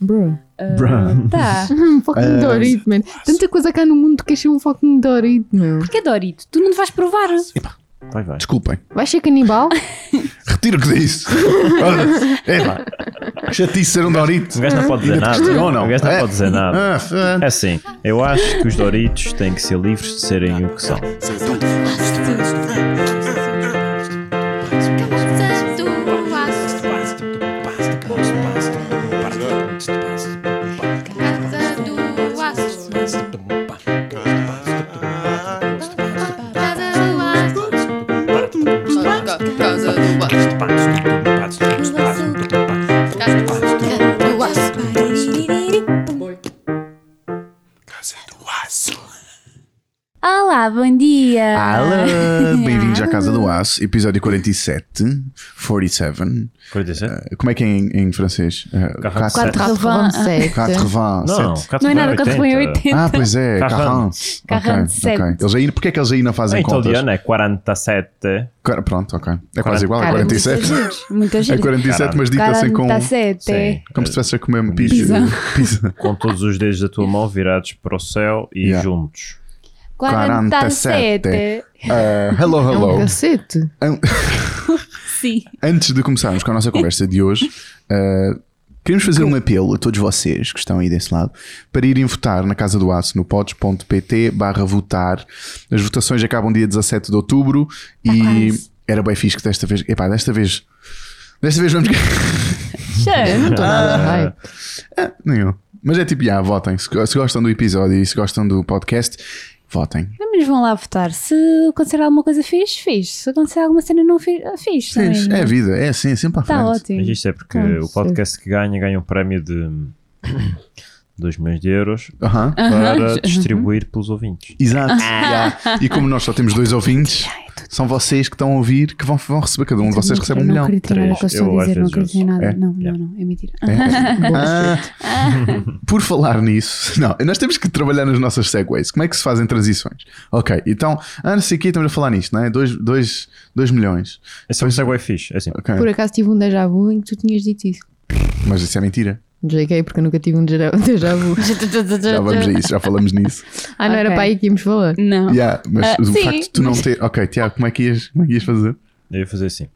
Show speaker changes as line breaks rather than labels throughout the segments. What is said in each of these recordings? Bruh.
Bruh.
Tá.
Um fucking
Ah,
Dorito, man. Tanta coisa cá no mundo que achei um fucking Dorito, meu.
Porquê Dorito? Tu não te vais provar.
Vai, vai.
Desculpem.
Vais ser canibal?
Retiro o que disse. é lá. Chatice ser um Dorito.
O gajo não pode dizer
Ainda te
nada.
questionam.
O gajo não
É.
pode dizer nada.
Ah, f-
É assim, eu acho que os Doritos têm que ser livres de serem o que são.
Olá, bom dia.
Alô, bem-vindos à Casa do Aço, episódio 47, 47.
47?
Como é que é em, em francês? Eh,
Quarante-
Tá
quat-
4,27.
Tá
87.
Não,
Não é nada,
80.
quando põe 80.
Ah, pois é,
Quarante.
40. Ok, ok.
Quarante-sete.
Eles aí, porquê é que eles aí não fazem
Em
contas?
italiano é 47.
Quar- Pronto, ok. É
Quarenta.
quase igual, é
Quarenta.
47.
Muita
É
gente.
47, mas dito assim com.
47.
Como se estivesse a comer uma
Pizza.
pizza. Pizza.
Com todos os dedos da tua mão virados para o céu e
Yeah.
juntos.
47.
Eh, hello,
É um
hello.
cacete.
Sim.
Antes de começarmos com a nossa conversa de hoje, eh, queremos fazer um apelo a todos vocês que estão aí desse lado para irem votar na Casa do Aço no pods.pt barra votar. As votações acabam dia 17 de outubro e
Tá quase.
era bem fixe que desta vez. Epá, desta vez. Desta vez vamos.
Eu não estou nada hype.
Nenhum. Mas é tipo, já, votem. Se, go- se gostam do episódio e se gostam do podcast, votem.
Mas vão lá votar. Se acontecer alguma coisa fixe, fixe. Se acontecer alguma cena não fixe, ah, fixe. também.
Fixe. É a vida, é assim, sempre à
Está
frente.
Tá ótimo.
Mas isto é porque
Ah,
Claro,
o podcast que ganha ganha um prémio de 2 milhões de euros
Aham.
para distribuir pelos ouvintes.
Exato.
Ah.
Já. E como nós só temos dois ouvintes, são vocês que estão a ouvir que vão, vão receber, cada um de vocês recebe um
é eu
milhão.
Não queria dizer nada que eu
Três.
estou
Eu,
a
às
dizer, não
vezes,
queria dizer nada.
é.
Não,
Yeah.
não, não, é mentira.
Ah,
Ah.
por falar nisso, não, nós temos que trabalhar nas nossas segways. Como é que se fazem transições? Ok, então, ah, não sei o que, estamos a falar nisto, não é? 2 milhões.
Esse é um segue fixe. É assim.
Ok,
Por acaso tive um déjà vu em que tu tinhas dito isso.
mas isso é mentira.
JK, porque eu nunca tive um déjà déjà vu.
Já vamos a isso, já falamos nisso.
Ah, não era
Ok.
para aí que íamos falar.
Não.
Yeah, mas
Ah,
o
sim,
facto de tu não ter. Ok, Tiago, como é que ias, como é que ias fazer?
Eu ia fazer assim.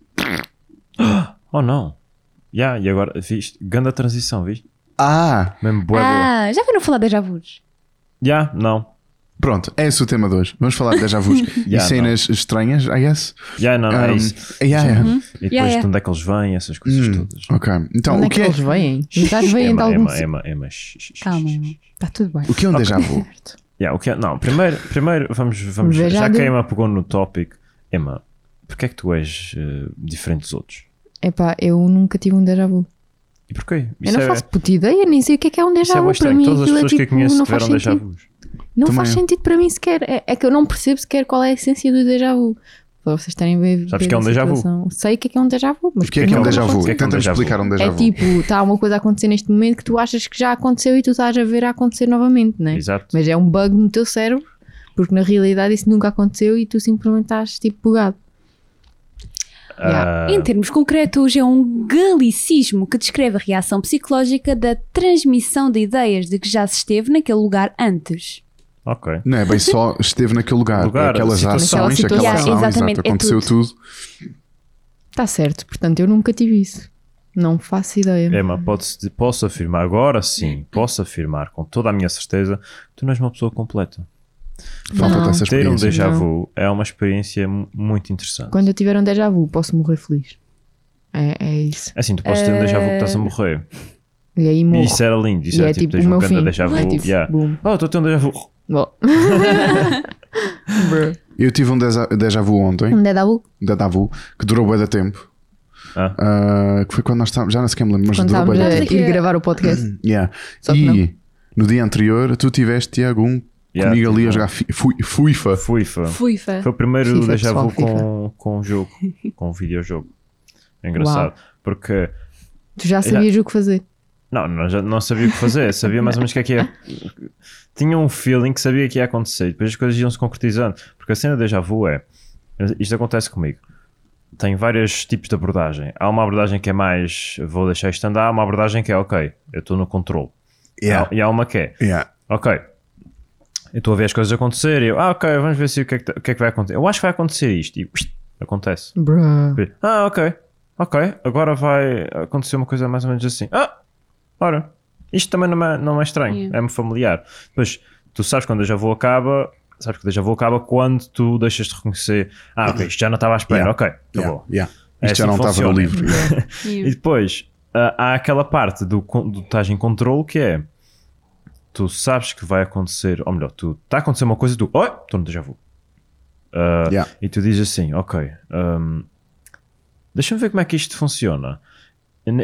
Oh não! Yeah, e agora, viste? Ganda transição, viste?
Ah,
Mesmo boa.
Ah, já viram falar de déjà vus?
Já, não.
pronto, é esse o tema de hoje. Vamos falar de déjà vus e
Yeah,
cenas estranhas, I guess.
Já, não, não é
Um,
isso.
yeah, yeah.
E depois
Yeah, yeah.
de onde é que eles vêm, essas coisas todas. É
Ok, então
Onde
o
é que
que é,
eles vêm? Os gajos vêm de
Emma,
algum
Emma,
sítio.
Emma, Emma, shh, shh, shh,
Calma,
shh,
Emma.
shh.
Está tudo bem.
o que é um déjà vu?
Certo.
Yeah, o que é- Não, primeiro, primeiro vamos, vamos
Veja
já
a
que a
dele.
Emma pegou no tópico, Emma, porquê é que tu és eh, diferente dos outros?
Epá, eu nunca tive um déjà vu.
E porquê?
eu não
é,
faço puta ideia, nem sei o que é que é um déjà
isso é bué
vu para
estranho.
mim.
Todas as
aquilo é
pessoas que eu
tipo,
conheço
não faz
tiveram déjà
sentido.
vus.
Não
Também
faz
eu.
sentido para mim sequer. É, é que eu não percebo sequer qual é a essência do déjà vu. Para vocês terem bem.
Sabes
bem
que é um
na
déjà vu?
situação. Sei o que é que é um déjà vu, mas
O que é que é um
não-
déjà
aconteceu.
vu?
O que é que é um
Tenta-me
déjà vu?
explicar um déjà
É
vu.
tipo, está uma coisa a acontecer neste momento que tu achas que já aconteceu e tu estás a ver a acontecer novamente, não é?
Exato.
Mas é um bug no teu cérebro, porque na realidade isso nunca aconteceu e tu simplesmente estás tipo bugado.
Ah,
Em termos concretos, é um galicismo que descreve a reação psicológica da transmissão de ideias de que já se esteve naquele lugar antes.
ok.
Não é bem só esteve naquele lugar,
Lugar, assim,
é aquelas
situação.
ações,
Naquela
aquela
tipo, situação.
ação,
Yeah, exatamente,
exato,
é
aconteceu tudo.
Está Tá certo, portanto eu nunca tive isso. Não faço ideia.
É.
Emma, pode-se- posso afirmar, agora sim, posso afirmar com toda a minha certeza que tu não és uma pessoa completa.
Falta-te essa
Ter um
experiência.
déjà
Não.
vu é uma experiência mu- muito interessante.
Quando eu tiver um déjà vu, posso morrer feliz. É, é isso.
Assim, tu podes ter um déjà vu que estás a morrer.
E aí
E
Eh, morro.
isso era lindo. Isso
E
era
é
tipo,
tipo
tens
o
um
meu
grande
fim.
déjà vu.
É tipo,
yeah.
boom.
Oh, estou a ter um déjà vu.
Bom. Bruh.
Eu tive um déjà- déjà vu ontem,
Um déjà vu?
déjà vu, que durou bem da tempo.
Ah.
Ah, que foi quando nós estávamos, já não sei quem me lembro, mas
Quando
durou
estávamos
bem da
a
tempo.
ir gravar o podcast.
Yeah.
Só que
E no dia anterior, tu tiveste, Tiago, um
Yeah,
comigo ali
tipo,
a jogar fi- fui- Fuifa.
Fui, foi.
Fui fã.
Foi o primeiro
FIFA,
déjà vu
pessoal,
com, com o jogo, com o videojogo. É engraçado. Porque
Tu já sabias o que fazer.
Não, não, já não sabia o que fazer, sabia mais ou menos o que é que ia. Tinha um feeling que sabia que ia acontecer, depois as coisas iam se concretizando. Porque a cena de déjà vu é. Isto acontece comigo. tem vários tipos de abordagem. Há uma abordagem que é mais vou deixar isto andar, há uma abordagem que é ok, eu estou no controle.
Yeah.
Há- E há uma que é
Yeah.
ok, eu estou a ver as coisas acontecer e eu, ah, ok, vamos ver se o que, é que, tá- o que é que vai acontecer. Eu acho que vai acontecer isto e psh, acontece.
Bruh.
Ah, ok, ok, agora vai acontecer uma coisa mais ou menos assim. Ah, ora, isto também não é, não é estranho,
Yeah.
é-me familiar. Pois, tu sabes quando o déjà vu acaba, sabes que o déjà vu acaba quando tu deixas de reconhecer, ah, ok, isto já não estava à espera,
Yeah.
ok,
Yeah.
acabou.
Yeah.
É
Isto já
assim
não
que
estava no
funciona.
livro.
E depois ah, há aquela parte do, con- do estás em controle que é tu sabes que vai acontecer, ou melhor, tu está a acontecer uma coisa e tu, oi, estou no déjà vu. Ah,
Yeah.
E tu dizes assim, ok, hum, deixa-me ver como é que isto funciona.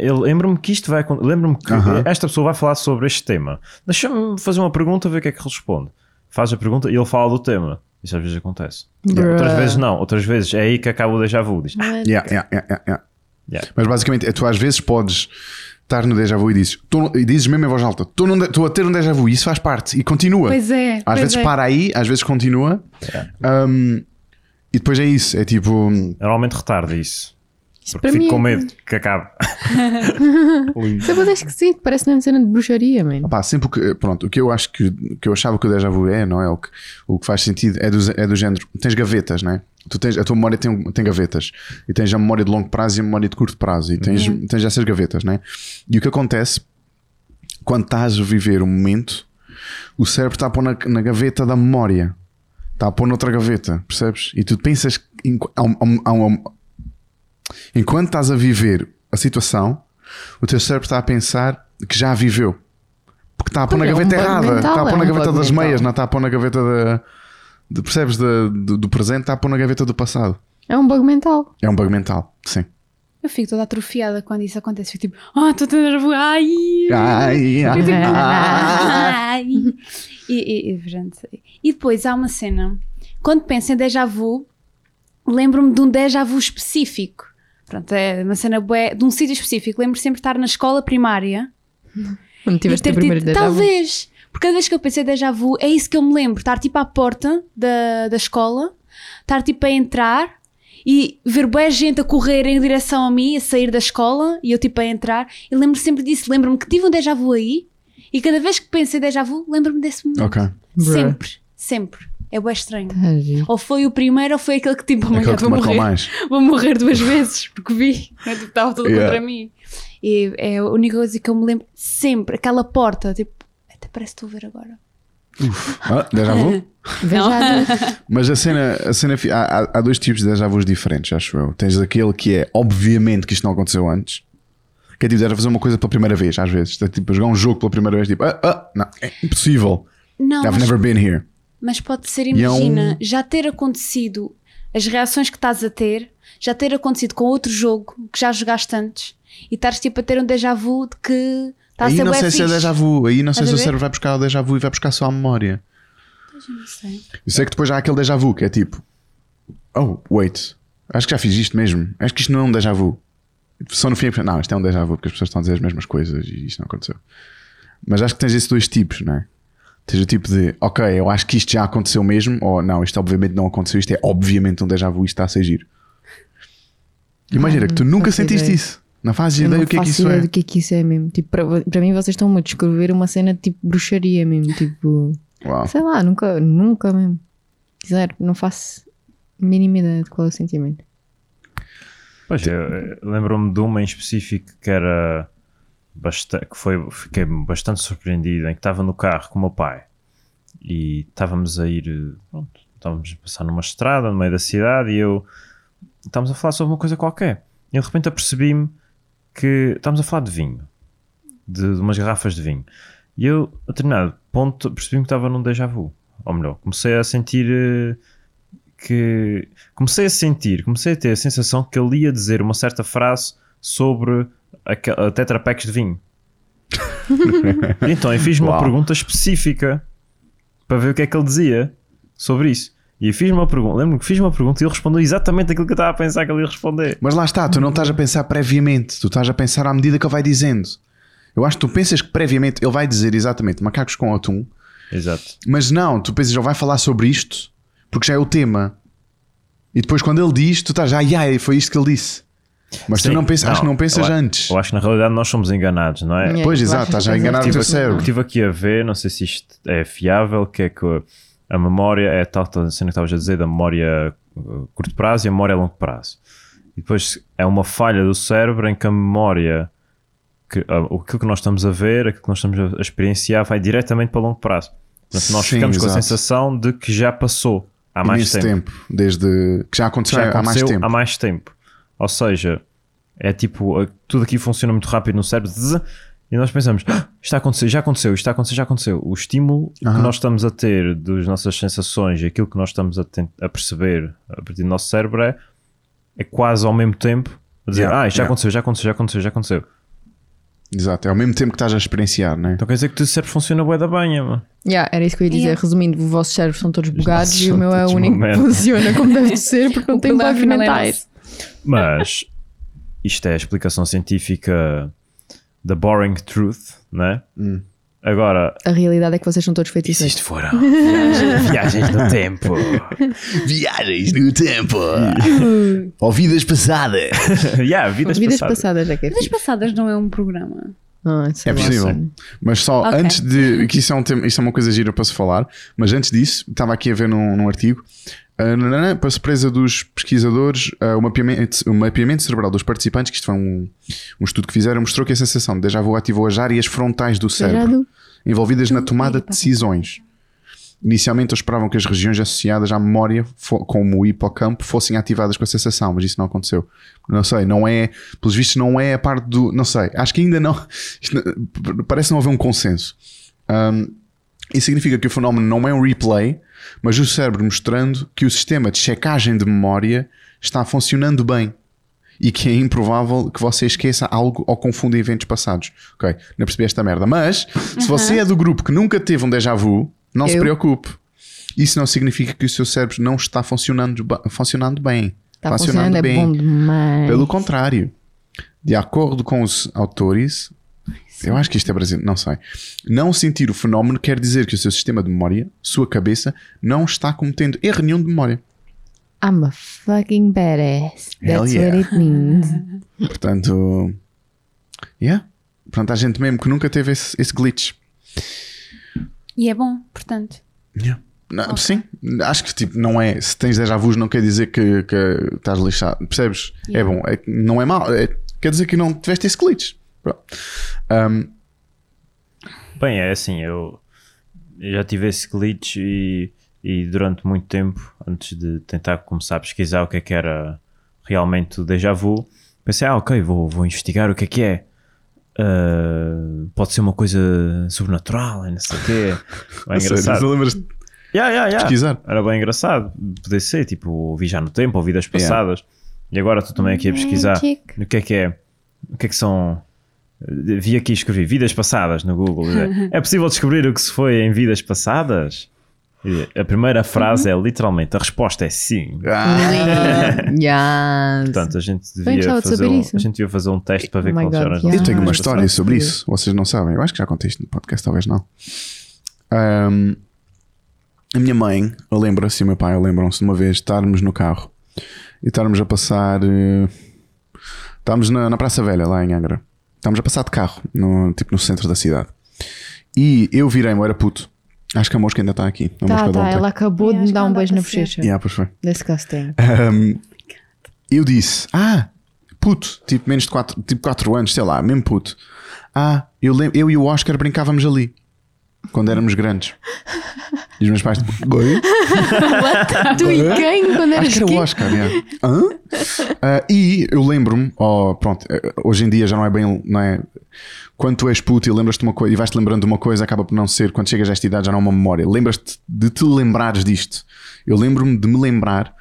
Eu Lembro-me que isto vai acon- lembro-me que
Aham.
esta pessoa vai falar sobre este tema. Deixa-me fazer uma pergunta, ver o que é que responde. Faz a pergunta e ele fala do tema. Isso às vezes acontece.
Bruh.
Outras vezes não, outras vezes é aí que acaba o déjà vu. Diz, ah,
What?
Yeah, yeah, yeah, yeah, yeah.
Yeah.
Mas basicamente, é tu às vezes podes estar no déjà vu e dizes, tô no- e dizes mesmo em voz alta, estou a ter um déjà vu, isso faz parte e continua.
Pois é.
às
pois
vezes
é.
para aí, às vezes continua. Um, e depois é isso, é tipo,
normalmente retarda isso.
Isso
Porque
para
fico
mim. é
com medo que acabe.
Sabe, eu acho que sim, parece mesmo cena de bruxaria, mano.
Pá, sempre o que, pronto, o que eu acho que, que eu achava que o déjà vu é, não é? O que, o que faz sentido é do, é do género, tens gavetas, não é? Tu tens, a tua memória tem, tem gavetas e tens a memória de longo prazo e a memória de curto prazo e tens, tens essas gavetas, não é? E o que acontece quando estás a viver um momento, o cérebro está a pôr na, na gaveta da memória, está a pôr noutra gaveta, percebes? E tu pensas que enqu- há um- há um- há um- enquanto estás a viver a situação, o teu cérebro está a pensar que já a viveu. Porque está a pôr na
Olha, é um
gaveta
bug
errada.
mental,
Está a pôr
é
na
um
gaveta
bug
das
mental.
meias, não está a pôr na gaveta da. de- percebes? Da- do, do presente, está a pôr na gaveta do passado.
É um bug mental.
É um bug mental, sim.
Eu fico toda atrofiada quando isso acontece. Fico tipo, ah, estou toda nervosa. Ai!
Ai, ai, ai.
Ai. E, e- e, gente, e depois há uma cena. Quando penso em déjà vu, lembro-me de um déjà vu específico. Pronto, é uma cena bué- de um sítio específico. Lembro sempre de estar na escola primária.
Quando tiveste
E
o
ter
primeiro
tido-
déjà vu.
Talvez. Porque cada vez que eu pensei em déjà vu, é isso que eu me lembro. Estar tipo à porta da, da escola, estar tipo a entrar e ver boa gente a correr em direção a mim, a sair da escola e eu tipo a entrar. E lembro sempre disso. Lembro-me que tive um déjà vu aí e cada vez que penso em déjà vu, lembro-me desse momento.
Ok.
Bruh.
Sempre. Sempre. É bem estranho.
Tá giro.
Ou foi o primeiro ou foi aquele que tipo, oh my
Aquele
God,
É que
vou
te marcou
morrer
mais.
vou morrer duas vezes porque vi, né? tipo, estava tudo
Yeah.
contra mim. E é a única coisa que eu me lembro sempre, aquela porta, tipo, até parece que estou a ver agora.
Ah, déjà vu?
Veja
Mas a cena, a cena fi- há, há- há dois tipos de déjà vus diferentes, acho eu. Tens aquele que é, obviamente, que isto não aconteceu antes. Que é tipo, era fazer uma coisa pela primeira vez, às vezes. É, tipo, jogar um jogo pela primeira vez, tipo, ah, ah, não, é impossível.
Não,
I've
mas,
never been here.
mas pode ser,
E é um-
imagina, já ter acontecido as reações que estás a ter, já ter acontecido com outro jogo que já jogaste antes e estás tipo a ter um déjà vu de que está tá a
Aí
ser
não
bué
sei se é
fixe.
déjà vu, aí não sei
Estás
se
a
o
ver?
cérebro vai buscar o déjà vu e vai buscar só a memória.
Não sei.
Eu sei que depois há aquele déjà vu que é tipo, oh, wait, acho que já fiz isto mesmo. Acho que isto não é um déjà vu. Só no fim é que não, isto é um déjà vu porque as pessoas estão a dizer as mesmas coisas e isto não aconteceu. Mas acho que tens esses dois tipos, não é? Tens o tipo de, ok, eu acho que isto já aconteceu mesmo, ou não, isto obviamente não aconteceu, isto é obviamente um déjà vu, isto está a ser giro. Imagina que tu nunca
faço
sentiste
ideia.
isso. Não fazes
Eu
ideia
não
o que é que
faço
isso
ideia
é.
do que é que isso é mesmo. Tipo, para, para mim vocês estão-me a descrever uma cena de tipo bruxaria mesmo. Tipo,
Uau.
sei lá, nunca, nunca mesmo. Zero, não faço a mínima ideia de qual é o sentimento.
Pois, eu, eu lembro-me de uma em específico que era bastante, que foi, fiquei bastante surpreendido, em que estava no carro com o meu pai e estávamos a ir, eh, pronto, estávamos a passar numa estrada no meio da cidade e eu estávamos a falar sobre uma coisa qualquer. E de repente apercebi-me que estávamos a falar de vinho, de, de umas garrafas de vinho. E eu, a determinado ponto, percebi-me que estava num déjà vu. Ou melhor, comecei a sentir eh, que comecei a sentir, comecei a ter a sensação que ele ia dizer uma certa frase sobre a, que- a Tetra Packs de vinho. E então eu fiz uma
Uau.
pergunta específica para ver o que é que ele dizia sobre isso. E eu fiz uma pergunta, lembro-me que fiz uma pergunta e ele respondeu exatamente aquilo que eu estava a pensar que ele ia responder.
Mas lá está, tu não estás a pensar previamente, tu estás a pensar à medida que ele vai dizendo. Eu acho que tu pensas que previamente ele vai dizer exatamente macacos com atum,
Exato.
mas não, tu pensas ele vai falar sobre isto porque já é o tema. E depois, quando ele diz, tu estás, ai, ai, foi isto que ele disse. Mas tu
Sim,
não pensas, acho que não pensas
eu a-
antes.
Eu acho que na realidade nós somos enganados, não é?
É,
Pois,
tu
exato, tá
achas
estás
que
a
tens
enganar o teu
razão.
cérebro.
Estive aqui a ver, não sei se isto é fiável, que é que a memória é tal tal cena que estavas a dizer, da memória uh, curto prazo e a memória a longo prazo. E depois é uma falha do cérebro em que a memória, que, ah, aquilo que nós estamos a ver, aquilo que nós estamos a- a experienciar, vai diretamente para longo prazo. Portanto, nós
Sim,
ficamos com a
exato.
sensação de que já passou há
E
mais
nesse
tempo.
tempo. desde que já aconteceu, é,
já É, aconteceu
há mais tempo.
tempo. Ou seja, é tipo, a- tudo aqui funciona muito rápido no cérebro zzz, e nós pensamos, "Ah, isto está a acontecer, já aconteceu, isto está a acontecer, já aconteceu. O estímulo
Aham.
que nós estamos a ter das nossas sensações e aquilo que nós estamos a, ten- a perceber a partir do nosso cérebro é, é quase ao mesmo tempo a dizer,
Yeah,
ah, isto já
yeah.
aconteceu, já aconteceu, já aconteceu, já aconteceu.
Exato, é ao mesmo tempo que estás a experienciar, né?
Então quer dizer que o teu cérebro funciona bué da banha, mano.
Yeah, era isso que eu ia dizer.
Yeah.
Resumindo, os vossos cérebros são todos bugados
nossos
e o meu é o
são
único
todos
que
uma merda.
funciona como deve ser porque não
O
tem
problema
bugs
afinal é
mentais.
Mas isto é a explicação científica da boring truth, né?
Hum.
Agora,
A realidade é que vocês são todos feitos
se
iguais.
isto foram viagens, viagens no tempo.
Viagens no tempo! Ou vidas passadas!
yeah, vidas,
Vidas
passadas.
passadas é que é
Vidas
fixe.
passadas não é um programa.
Ah, isso
É
bom.
possível. Mas só
Ok.
antes de. Que isso, é um tema, isso é uma coisa gira para se falar. Mas antes disso, estava aqui a ver num, num artigo. ah, nananã, para surpresa dos pesquisadores, ah, o, mapeamento, o mapeamento cerebral dos participantes, que isto foi um, um estudo que fizeram, mostrou que a sensação de déjà vu ativou as áreas frontais do cérebro
Gerardo,
envolvidas na tomada de decisões. Inicialmente, eles esperavam que as regiões associadas à memória, fo- como o hipocampo, fossem ativadas com a sensação, mas isso não aconteceu. Não sei, não é, pelos vistos, não é a parte do. Não sei, acho que ainda não. isto não- p- parece não haver um consenso. Ahm, isso significa que o fenómeno não é um replay, mas o cérebro mostrando que o sistema de checagem de memória está funcionando bem e que é improvável que você esqueça algo ou confunda eventos passados. Ok, não percebi esta merda. Mas se você é do grupo que nunca teve um déjà vu, não se
Eu.
preocupe. Isso não significa que o seu cérebro não está funcionando, ba- funcionando bem.
está funcionando, é bom demais.
Pelo contrário, de acordo com os autores, eu acho que isto é brasileiro, não sei. Não sentir o fenómeno quer dizer que o seu sistema de memória, sua cabeça, não está cometendo erro nenhum de memória.
I'm a fucking badass.
Hell
That's
yeah.
what it means.
Portanto, yeah. Portanto, há gente mesmo que nunca teve esse, esse glitch.
E é bom, portanto.
Não, Sim, acho que tipo, não é. Se tens déjà vus, não quer dizer que, que estás lixado. Percebes?
Yeah.
É bom, é que não é mal. quer dizer que não tiveste esse glitch. Pronto. Um,
Bem, é assim, eu eu já tive esse glitch e, e durante muito tempo, antes de tentar começar a pesquisar o que é que era realmente o déjà vu, pensei, ah, ok, vou, vou investigar o que é que é. Ah, pode ser uma coisa sobrenatural, e não sei o quê. Bem
a sério,
É engraçado.
não lembras de
Yeah, yeah, yeah.
pesquisar?
Era bem engraçado. Poder ser, tipo, ouvi já no tempo, ouvi das
Yeah.
passadas. E agora estou também aqui a pesquisar
Magic.
no que é que é. O que é que são. eh, Vi aqui, escrevi vidas passadas no Google. É possível descobrir o que se foi em vidas passadas? E A primeira frase
Uhum.
é literalmente: a resposta é sim.
Ah,
yes. Tá,
Portanto, a gente
Bem,
devia,
gostava de
fazer
saber
um,
isso.
a gente devia fazer um teste para ver
Oh my
qual
God,
era as
yeah.
nossas
Eu tenho uma
vidas
história
passadas.
sobre isso, vocês não sabem. Eu acho que já contei isto no podcast, talvez não. Ahm, a minha mãe, eu lembro-se, e o meu pai, eu lembram-se de uma vez estarmos no carro e estarmos a passar. eh, Estávamos na, na Praça Velha, lá em Angra. Estávamos a passar de carro, no, tipo no centro da cidade. E eu virei-me, eu era puto. Acho que a mosca ainda está aqui. A mosca
Tá,
de
tá,
ontem.
ela acabou
Eu
de me
acho que tá
dar um
não dá
beijo na
para ser.
bochecha.
Yeah, pois foi.
Disgusting.
Um, eu disse, ah, puto, tipo menos de 4 tipo quatro anos, sei lá, mesmo puto. Ah, eu, lem- eu e o Oscar brincávamos ali quando éramos grandes. E os meus pais, tipo, "Oi?"
tu e quem quando eras
acho que era o
quê?
Oscar. yeah. Hã? Ah, e eu lembro-me, oh, pronto, eh, hoje em dia já não é bem, não é? Quando tu és puto e lembras-te de uma coisa e vais-te lembrando de uma coisa, acaba por não ser, quando chegas a esta idade já não é uma memória. Lembras-te de te lembrares disto. Eu lembro-me de me lembrar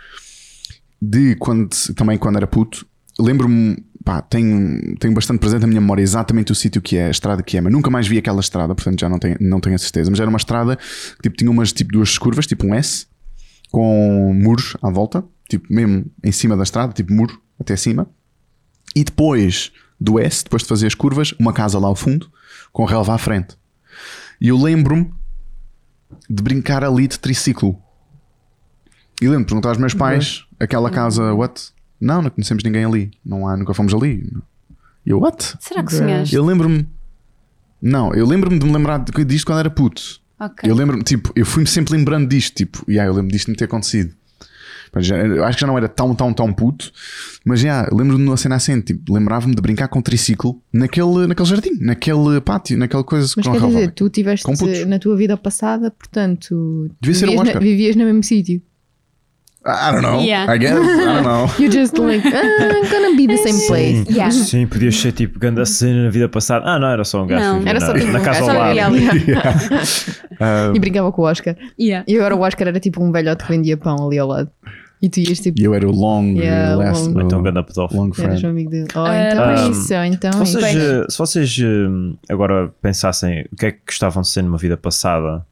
de quando, também quando era puto, lembro-me, pá, tenho, tenho bastante presente na minha memória exatamente o sítio que é, a estrada que é, mas nunca mais vi aquela estrada, portanto já não tenho, não tenho a certeza. Mas era uma estrada que tipo, tinha umas tipo duas curvas, tipo um S, com muros à volta, tipo mesmo em cima da estrada, tipo muro até cima. E depois do S, depois de fazer as curvas, uma casa lá ao fundo, com relva à frente. E eu lembro-me de brincar ali de triciclo. E lembro de perguntar aos meus pais, Aquela casa, what? Não, não conhecemos ninguém ali. Não há, nunca fomos ali. Eu, what?
Será que
Bruh.
sonhaste?
Eu lembro-me. Não, eu lembro-me de me lembrar de- disto quando era puto.
Ok.
Eu lembro-me, tipo, eu fui-me sempre lembrando disto, tipo, e yeah, eu lembro disto me ter acontecido. Mas já- eu acho que já não era tão, tão, tão puto, mas já lembro-me de uma cena assim, tipo, lembrava-me de brincar com triciclo naquele, naquele jardim, naquele pátio, naquela coisa
Mas
com
quer
relva.
dizer, tu tiveste
Com putos.
na tua vida passada, portanto,
Devia
um
ser o
vivias, na,
Oscar.
vivias no mesmo sítio.
I don't know.
Yeah.
I guess, I don't know.
You just like, ah, I'm gonna be the same place.
Sim,
Yeah.
sim, podias ser tipo grande cena na vida passada. Ah, não, era só um gajo.
Não.
que vivia
Era só
na,
tipo um
na casa
gajo,
ao
só
lado.
vivia ali.
Ah,
E brincava com o Oscar.
Yeah.
E agora o Oscar era tipo um velhote que vendia pão ali ao lado. E tu ias tipo,
e eu era o long,
Yeah,
last,
long.
Ou então
o
grande pedófilo.
long
eras
friend.
um amigo dele. Oh,
Ah,
então é
pois.
isso, então é
Vocês,
isso.
eh, se vocês eh, agora pensassem o que é que gostavam de ser numa vida passada,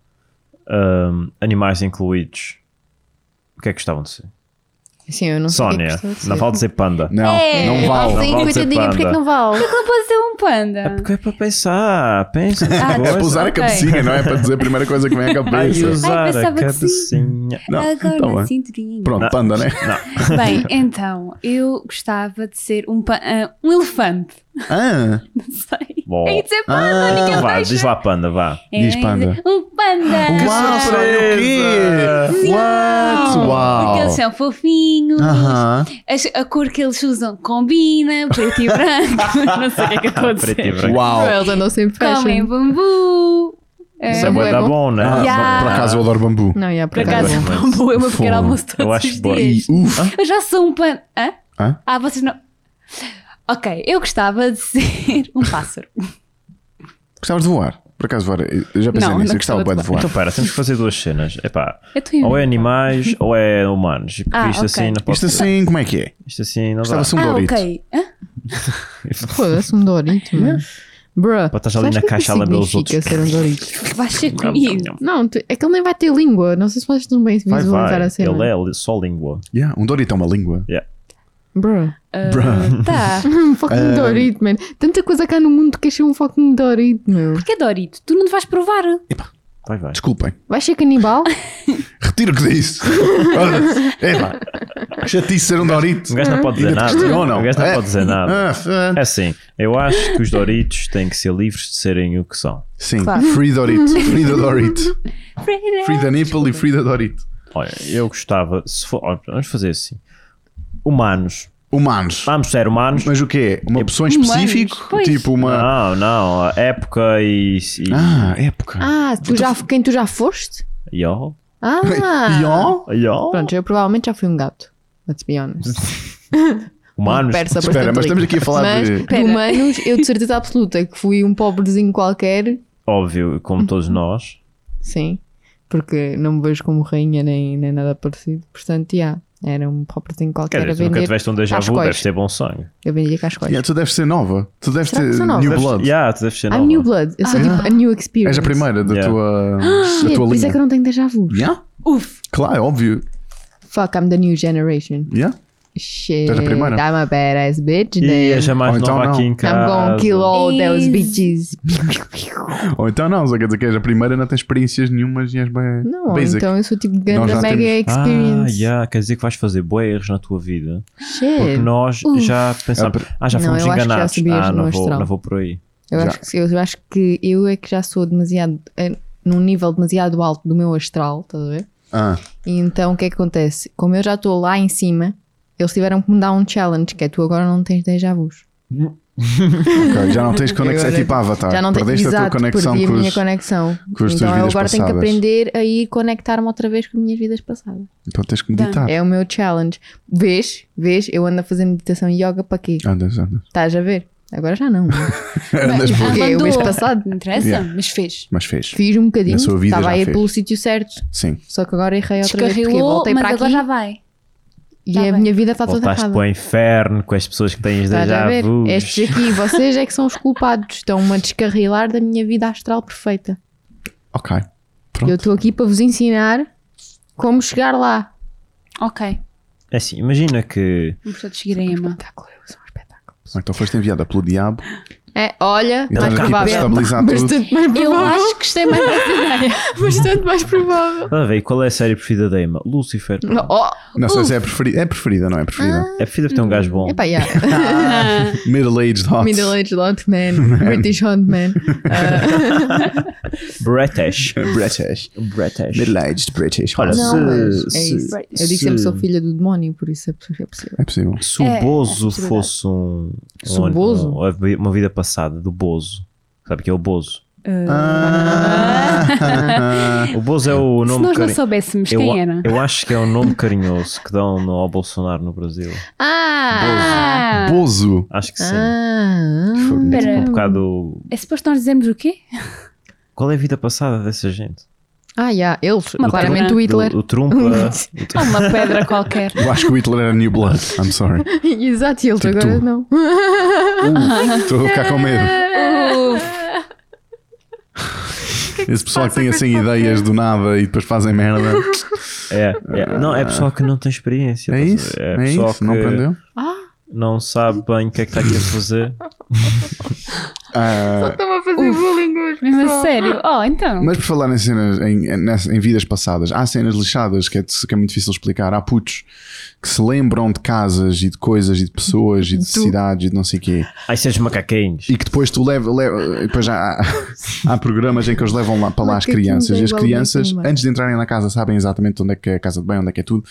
ahm, animais incluídos, o que é que gostavam de ser?
Sim, eu não sei o que é que
Sónia,
gostava de ser.
não vale dizer panda.
Não,
É,
não
Ah, sim,
vale.
Não vale ser
coitadinha, porque é que
panda.
não vale?
Não pode ser um panda.
É porque é para pensar, pensa.
Ah,
É para usar a
Ok.
cabecinha, não é para dizer a primeira coisa que vem à
Vai
cabeça.
usar
Ai,
a
pensava que
cabecinha.
Não,
Agora
então
tá
na
bem.
cinturinha.
Pronto,
Não.
panda, né?
Bem, então, eu gostava de ser um, pa- ah, um elefante.
Ah,
Não sei.
Bom.
É isso, é panda,
ah.
ninguém
Oh. Vá,
deixa.
diz lá panda, vá.
É,
Diz panda.
Um panda.
Que Uau,
surpresa!
olha o quê? What? Uau!
Oh.
Porque assim, eles são fofinhos.
Aham.
As- a cor que eles usam combina, preto e branco. não sei o que é que acontece.
Preto e branco.
é
Uau!
Eles andam sempre
Comem
fashion.
bambu. É,
Isso é bué
bué
da
bom.
bom, né?
Ah,
Yeah.
Por acaso eu adoro bambu.
Não, yeah, por
por acaso,
acaso.
bambu é uma
Fogo.
pequena almoço todos
Eu acho
os
bom.
dias.
Uf!
Eu já sou um panda. Hã?
Hã?
Ah, vocês não. Ok, eu gostava de ser um pássaro.
Gostavas de voar? Por acaso voar? Eu
Não,
já pensei
não
nisso, eu gostava
gostava
bué de
de
voar.
Então, pera, temos que fazer duas cenas. Epá,
Eu tenho- um
ou é animais ou é humanos. Porque
Ah,
isto
ok.
assim não pode
Isto
ser.
assim, como é que é?
Isto assim não dá.
Gostava-se um
Ah,
Dorito.
ok. Hã?
Foda-se, um Dorito, mano. Bruh,
Pá, estás
sabes
ali na
o que é que
caixa a lamber os
significa ser um Dorito?
Vais ser comido.
Não, tu- é que ele nem vai ter língua. Não sei se vocês estão bem
Vai,
visualizar
vai.
a cena.
Ele é li- só língua.
Yeah, um Dorito é uma língua.
Bruh.
Bruh.
Tá.
Um fucking
Ah.
Dorito, man. Tanta coisa cá no mundo que achei um fucking Dorito, meu.
Que é Dorito? Tu não te vais provar.
Vai, vai.
Desculpem.
Vai ser canibal?
Retiro o que disse. Epá. Que chatice ser um Dorito.
Um gajo
Hum?
não pode dizer
Ainda te
nada.
questionam.
O gajo não
É.
pode dizer nada.
Ah, f-
É
ah.
assim, eu acho que os Doritos têm que ser livres de serem o que são.
Sim,
Claro.
free Dorito. Free the Dorito. Free the nipple e free the Dorito.
Olha, eu gostava, se for, olha, vamos fazer assim. Humanos.
Humanos.
Vamos ser humanos.
Mas o que é? Uma
Tipo
opção em
Humanos,
específico?
pois.
Tipo uma.
Não, não, a época e. e
Ah, época.
Ah, tu já, quem tu já foste?
Yo,
Ah!
Ion?
yo.
Pronto, eu provavelmente já fui um gato. Let's be honest.
Humanos.
Persa
Espera,
bastante
mas estamos
rico.
aqui a falar
Mas,
de-
de humanos, eu de certeza absoluta que fui um pobrezinho qualquer.
Óbvio,
Uhum.
como todos nós.
Sim. Porque não me vejo como rainha nem, nem nada parecido. Portanto, já. Era um pobrezinho qualquer
Quer
a
dizer, tu nunca
vender.
tiveste um déjà vu,
cascóis.
deves ter bom sangue.
Eu vendia cascóis.
Yeah, tu deves ser nova. Tu deves
Será que
ter
sou nova?
New
Deves-
Blood.
Yeah, tu deves ser
I'm new
É nova.
blood. Eu sou
Ah.
tipo a new experience.
És a primeira da
Yeah.
tua, da
Shit,
tua
por isso é
linha.
que eu não tenho déjà vu.
Yeah?
Uf.
Claro, é óbvio.
Fuck, I'm the new generation.
Yeah?
Shit.
Tu és a primeira?
I'm a badass bitch.
E a
then.
jamais
Ou então
nova
não.
aqui em
I'm
casa.
gonna kill all those
Is-
bitches.
Ou então não, só quer dizer que és a primeira, não tens experiências nenhumas e és bem.
Não,
basic.
então eu sou tipo
Nós
grande
já
mega
temos-
Ah,
experience.
yeah, quer dizer que vais fazer boas erros na tua vida. Porque
Shit.
nós já
É
pensámos. Ah, já
É. Uh. Não,
fomos
eu acho que já
enganados.
subi
Ah,
no
não vou,
astral.
não vou por aí.
Eu
Já.
acho, que, eu acho que eu é que já sou demasiado. eh, num nível demasiado alto do meu astral, estás a ver?
Ah,
E então o que é que acontece? Como eu já estou lá em cima, eles tiveram que me dar um challenge, que é tu agora não tens déjà vus.
ok, Já não tens conexão, é
Agora-
tipo Avatar.
já não tenho
Perdeste a tua
exato,
conexão
perdi
com
a minha
os.
conexão.
com as tuas
então eu
vidas
agora tenho que
passadas.
aprender a ir conectar-me outra vez com as minhas vidas passadas.
Então tens que meditar.
É o meu challenge. Vês? Vês? Eu ando a fazer meditação e yoga para quê?
Andas, andas.
Estás a ver? Agora já não.
Andas por.
Porque o mês
Mandou.
passado
Não interessa,
Yeah.
mas fez.
Mas fez.
fiz um bocadinho,
Na sua vida
estava
já
a ir
fez.
pelo sítio certo.
Sim.
Só que agora errei outra vez porque
Descarrilou,
voltei
mas
para
agora
aqui
já vai.
e
tá
a
bem.
minha vida está toda
Voltaste
errada.
para o inferno com as pessoas que tens
Estás
déjà
a ver?
vu.
Estes aqui, vocês é que são os culpados. Estão-me a descarrilar da minha vida astral perfeita.
Ok.
Eu
Pronto.
estou aqui para vos ensinar como chegar lá.
Ok.
É assim, imagina que.
Vamos todos seguir a Emma.
Espetáculo, eu sou um espetáculo.
Então foste enviada pelo diabo
É, olha,
E
mais
estás aqui para
provável.
estabilizar tudo.
Bastante mais
Eu
provável.
acho que gostei mais dessa ideia.
Bastante mais provável.
Estás a ver? E qual é a série preferida da Emma? Lucifer.
Não, Oh,
Não sei se é preferida. É preferida, não é preferida.
Ah.
É preferida porque tem um gajo bom.
epá, yeah.
Middle-aged hot.
Middle aged hot man, British hot man. Uh,
British.
British.
British.
Middle-aged British.
Olha,
Não,
se-
mas é
se-
isso. Eu digo sempre
se-
sou filha do demónio, por isso é possível. É possível.
É possível.
Se o
É,
Bozo
é verdade.
fosse um,
Se o
um-
Bozo?
um- uma vida passada do Bozo, sabe que é o Bozo?
Ah,
O Bozo é
Se
o
nós
nome
não
carinhoso.
soubéssemos
Eu,
quem era.
eu acho que é o nome carinhoso que dão no- ao Bolsonaro no Brasil.
Ah!
Ah,
Bozo.
Acho que sim.
Ah!
Foi
Espera.
um bocado.
é suposto nós dizermos o quê?
Qual é a vida passada dessa gente?
Ah, yeah, ele,
Uma
claramente
pena.
o Hitler.
O, o Trump. a-
Há uma pedra qualquer.
Eu acho que o Hitler era New Blood. I'm sorry.
Exato, e ele
Tipo
agora
tu.
não.
Estou a ficar com medo.
Uf,
Esse pessoal que tem assim ideias do nada e depois fazem merda.
é, é. Não, é pessoal que não tem experiência.
É
estás a
isso?
ver?
É,
pessoal
isso? Não
que
aprendeu?
não sabe bem o que é que está aqui a fazer.
Ah,
Estava a fazer bullying hoje.
mesmo a sério. Oh, então.
mas por falar em cenas, em, nessa- em vidas passadas, há cenas lixadas que é, que é muito difícil explicar. Há putos que se lembram de casas e de coisas e de pessoas e de cidades e de não sei o quê.
Ai, seus macaquinhos.
E que depois tu leva, leva- depois já há, há programas em que eles levam lá para lá as
Macaquinho
crianças e as
igual
crianças,
macaquinho,
antes de entrarem na casa, sabem exatamente onde é que é a casa de banho, onde é que é tudo.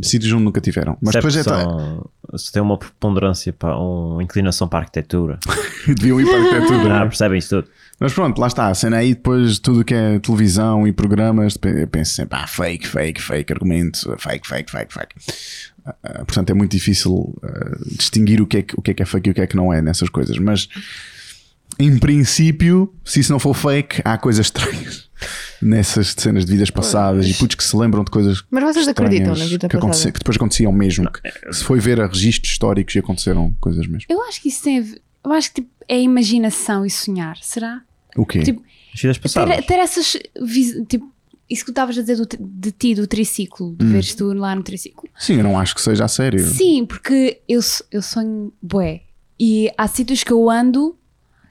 Sítios onde nunca tiveram. Mas
Sabe
depois é
que
tá,
são- se tem uma preponderância para um, uma inclinação para a arquitetura.
deviam ir para a arquitetura.
Ah, percebem isso tudo.
Mas pronto, lá está. A cena aí, depois tudo que é televisão e programas, eu penso sempre, ah, fake, fake, fake, argumento, fake, fake, fake, fake. Ah, ah, portanto, é muito difícil ah, distinguir o que, é que, o que é que é fake e o que é que não é nessas coisas. Mas, em princípio, se isso não for fake, há coisas estranhas nessas cenas de vidas passadas e putos que se lembram de coisas
Mas vocês acreditam
estranhas
na vida
que, aconte-
passada?
que depois aconteciam mesmo. que se foi ver a registros históricos e aconteceram coisas mesmo.
Eu acho que isso tem a ver. Eu acho que tipo, é imaginação e sonhar, será?
O quê?
Tipo,
As vidas
Ter,
passadas.
ter essas. vis- Tipo, isso que tu estavas a dizer do tri- de ti, do triciclo, de veres tu lá no triciclo.
Sim, eu não acho que seja a sério.
Sim, porque eu, so- eu sonho bué. E há sítios que eu ando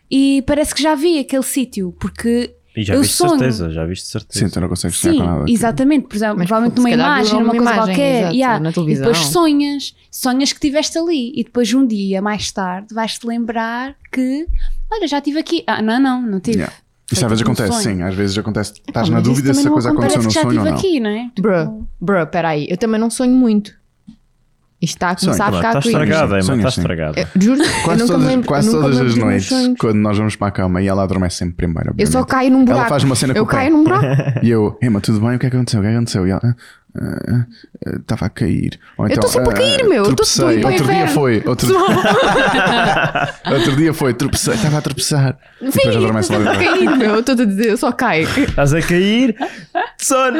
e parece que já vi aquele sítio, porque.
E já
eu
viste
sonho.
certeza, já viste certeza.
Sim, então. tu não consegues sonhar
Sim,
com tipo. nada.
exatamente. Por exemplo,
Mas
provavelmente
se
numa
calhar
imagem,
viu
numa coisa
imagem,
qualquer.
exato,
yeah.
na
E
televisão.
depois sonhas, sonhas que estiveste ali. E depois um dia, mais tarde, vais-te lembrar que. Olha, já estive aqui. Ah, não, não, não tive.
Yeah. Isso às vezes
tipo um
acontece,
sonho.
sim. Às vezes acontece. Estás
Ah,
na
mas isso
dúvida se
Também
a
não
coisa
parece
aconteceu
que
no
já
sonho ou
estive
não.
aqui, não é?
Bruh, bruh, peraí, eu também não sonho muito. Isto está a começar a
Sonho,
Claro,
ficar
está
cringe.
estragada, Emma,
Sonha
está
assim.
estragada.
Eu, juro, eu
Quase
nunca
todas,
me lembro,
quase
eu nunca
todas
me lembro
as
dos meus
noites,
sonhos.
quando nós vamos para a cama e ela adormece sempre primeiro.
Eu só
obviamente.
caio num buraco.
Ela faz uma cena com
eu
o pé.
caio num buraco.
E eu, Emma, tudo bem? O que é que aconteceu? O que é que aconteceu? E ela. "Ah, ah, ah, Estava a cair. Ou então,
tô sempre a
"Ah,
cair, meu. Eu tô-
tropecei."
tô indo ao
Outro dia
inferno.
foi. Outro, outro dia foi. Tropecei. Estava a tropeçar. E depois adormece lá
eu
dentro.
caí, meu, eu estou a dizer, eu só caio.
Estás a cair? Sono!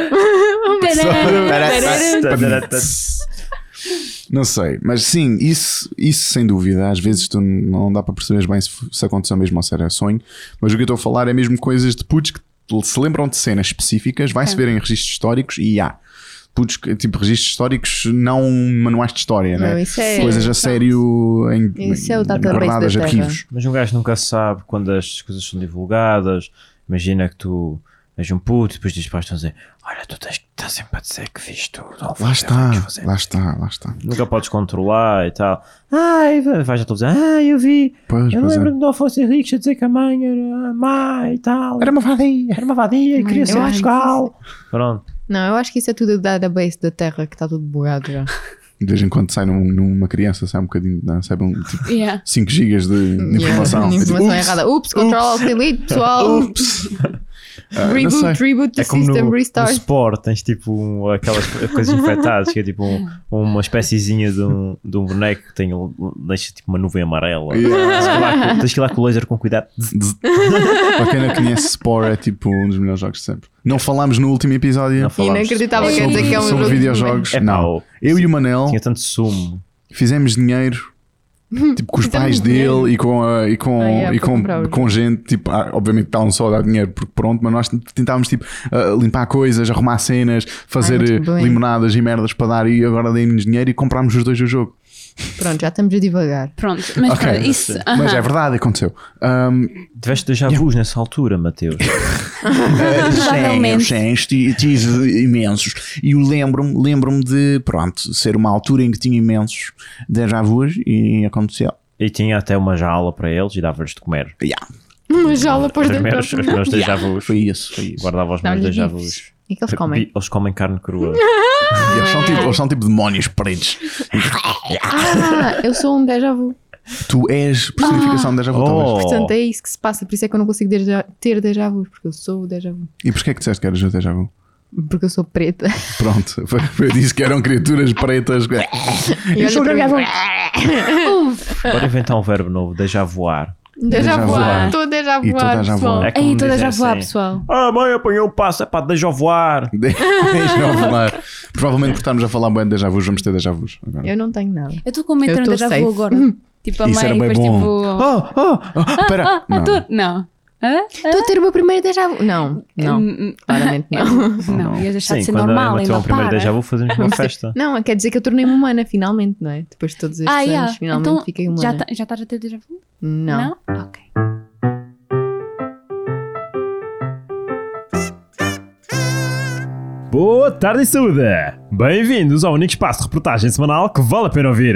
Não sei, mas sim, isso, isso sem dúvida. Às vezes tu não dá para perceber bem se, se aconteceu mesmo ou se era sonho. Mas o que eu estou a falar é mesmo coisas de putos que se lembram de cenas específicas, vai-se ver em registros históricos e há. Putos, que- tipo, registros históricos, não manuais de história,
Não,
né?
isso é-
Coisas a sério em,
Isso é o database
guardadas,
da Terra.
arquivos.
Mas um gajo nunca sabe quando as coisas são divulgadas. Imagina que tu és um puto e depois dizes para os teus a dizer: Olha, tu tens que estar sempre a dizer que fiz tudo. ou
Lá
fazer,
está,
vais fazer."
lá está, lá está.
Nunca podes controlar e tal. Ai, vais à televisão. Ah, eu vi.
Pois,
eu
pois é.
lembro-me do Alfonso Henriques a dizer que a mãe era má e tal.
Era uma vadia.
Era uma vadia e
Mãe,
queria
eu
ser
acho que
Portugal. Pronto.
Não, eu acho que isso é tudo o database da Terra que está tudo bugado já.
De vez em quando sai num- numa criança, sai um bocadinho, não, sai um, tipo,
Yeah.
5 gigas de, de informação.
Yeah,
É tipo,
informação
"Ups,
errada. Ups, control, alt, delete, pessoal.
Ah, não sei.
Reboot, reboot,
É como no,
system,
no
restart.
Sport, tens tipo um- aquelas coisas infectadas, que é tipo um- uma espéciezinha de um, de um boneco que tem, deixa tipo uma nuvem amarela. Tens que ir lá com- Tens que ir lá com o laser com cuidado.
Para quem não conhece, Spore é tipo um dos melhores jogos de sempre. Não falámos no último episódio
Não falámos.
Inacreditável,
quer dizer que é um
sobre
jogo de
videojogos.
É pá,
não.
o-
Eu e o Manel
Tinha tanto sumo.
fizemos dinheiro. Tipo, com os
Então
Fizemos
pais
dinheiro.
dele e com, a- e com,
Ah, é,
e
para
com,
comprar os-
com gente, tipo, ah, obviamente estavam só a dar dinheiro porque pronto, mas nós tentávamos tipo, ah, limpar coisas, arrumar cenas, fazer
muito
eh,
bem.
limonadas e merdas para dar e agora dei-nos dinheiro e comprámos os dois o jogo.
Pronto, já estamos a divagar.
Pronto, mas
Ok.
pronto, isso.
Mas
aham.
é verdade, aconteceu. Um,
Tiveste déjà vus nessa altura, Mateus.
É,
Provavelmente.
Sim, sim, tive imensos. E eu lembro-me lembro de, pronto, ser uma altura em que tinha imensos déjà vus e aconteceu.
E tinha até uma jaula para eles e dava-lhes de comer.
Yeah,
Uma jaula por
os
dentro.
meus, os meus déjà vus.
foi isso, foi isso.
Guardava os meus
Dá-lhes
déjà
bifes.
vus.
E é que eles comem?
Bi- Eles comem carne crua.
E Eles, são tipo, eles são tipo demónios pretos.
Ah, eu sou um déjà vu.
Tu és personificação de déjà vu, talvez.
Oh.
Portanto, é isso que se passa. Por isso é que eu não consigo déjà- ter déjà vu, porque eu sou o déjà vu.
E porquê é que disseste que eras o déjà vu?
Porque eu sou preta.
Pronto, foi, foi disso que eram criaturas pretas.
E olha para mim,
Bora inventar um verbo novo, déjà voar.
Déjà
Déjà
vu.
voar.
Estou déjà
E tu
voar,
déjà
pessoal.
voar.
É como
então
Ei, estou
dizem
déjà voar,
assim.
pessoal.
Ah, mãe apanhou o passo, é pá, déjà voar.
Deixa-me falar. Provavelmente por estarmos a falar bem de déjà vus, vamos ter déjà vus. agora.
Eu não tenho nada.
Eu estou com medo de
Eu
ter um
tô
déjà
safe.
vu agora. Tipo a
Isso
mãe
era
e
bem
depois
bom.
tipo.
Ah, ah, ah, pera.
Ah,
Não,
tu- Não. Hã?
Estou a ter o meu primeiro déjà vu. Não, não.
Hum,
Claramente não.
Não, ias deixar de
Sim,
ser
quando
normal,
a Emma
ainda
um primeiro déjà
para.
vu, fazemos uma festa.
Não, quer dizer que eu tornei-me humana finalmente, não é? Depois de todos estes
Ah,
anos,
yeah.
finalmente
então,
fiquei humana.
já, ta- já estás a ter "Hum, déjà vu?
tá- Não.
Não? Ok.
Boa tarde, saúde! Bem-vindos ao único espaço de reportagem semanal que vale a pena ouvir.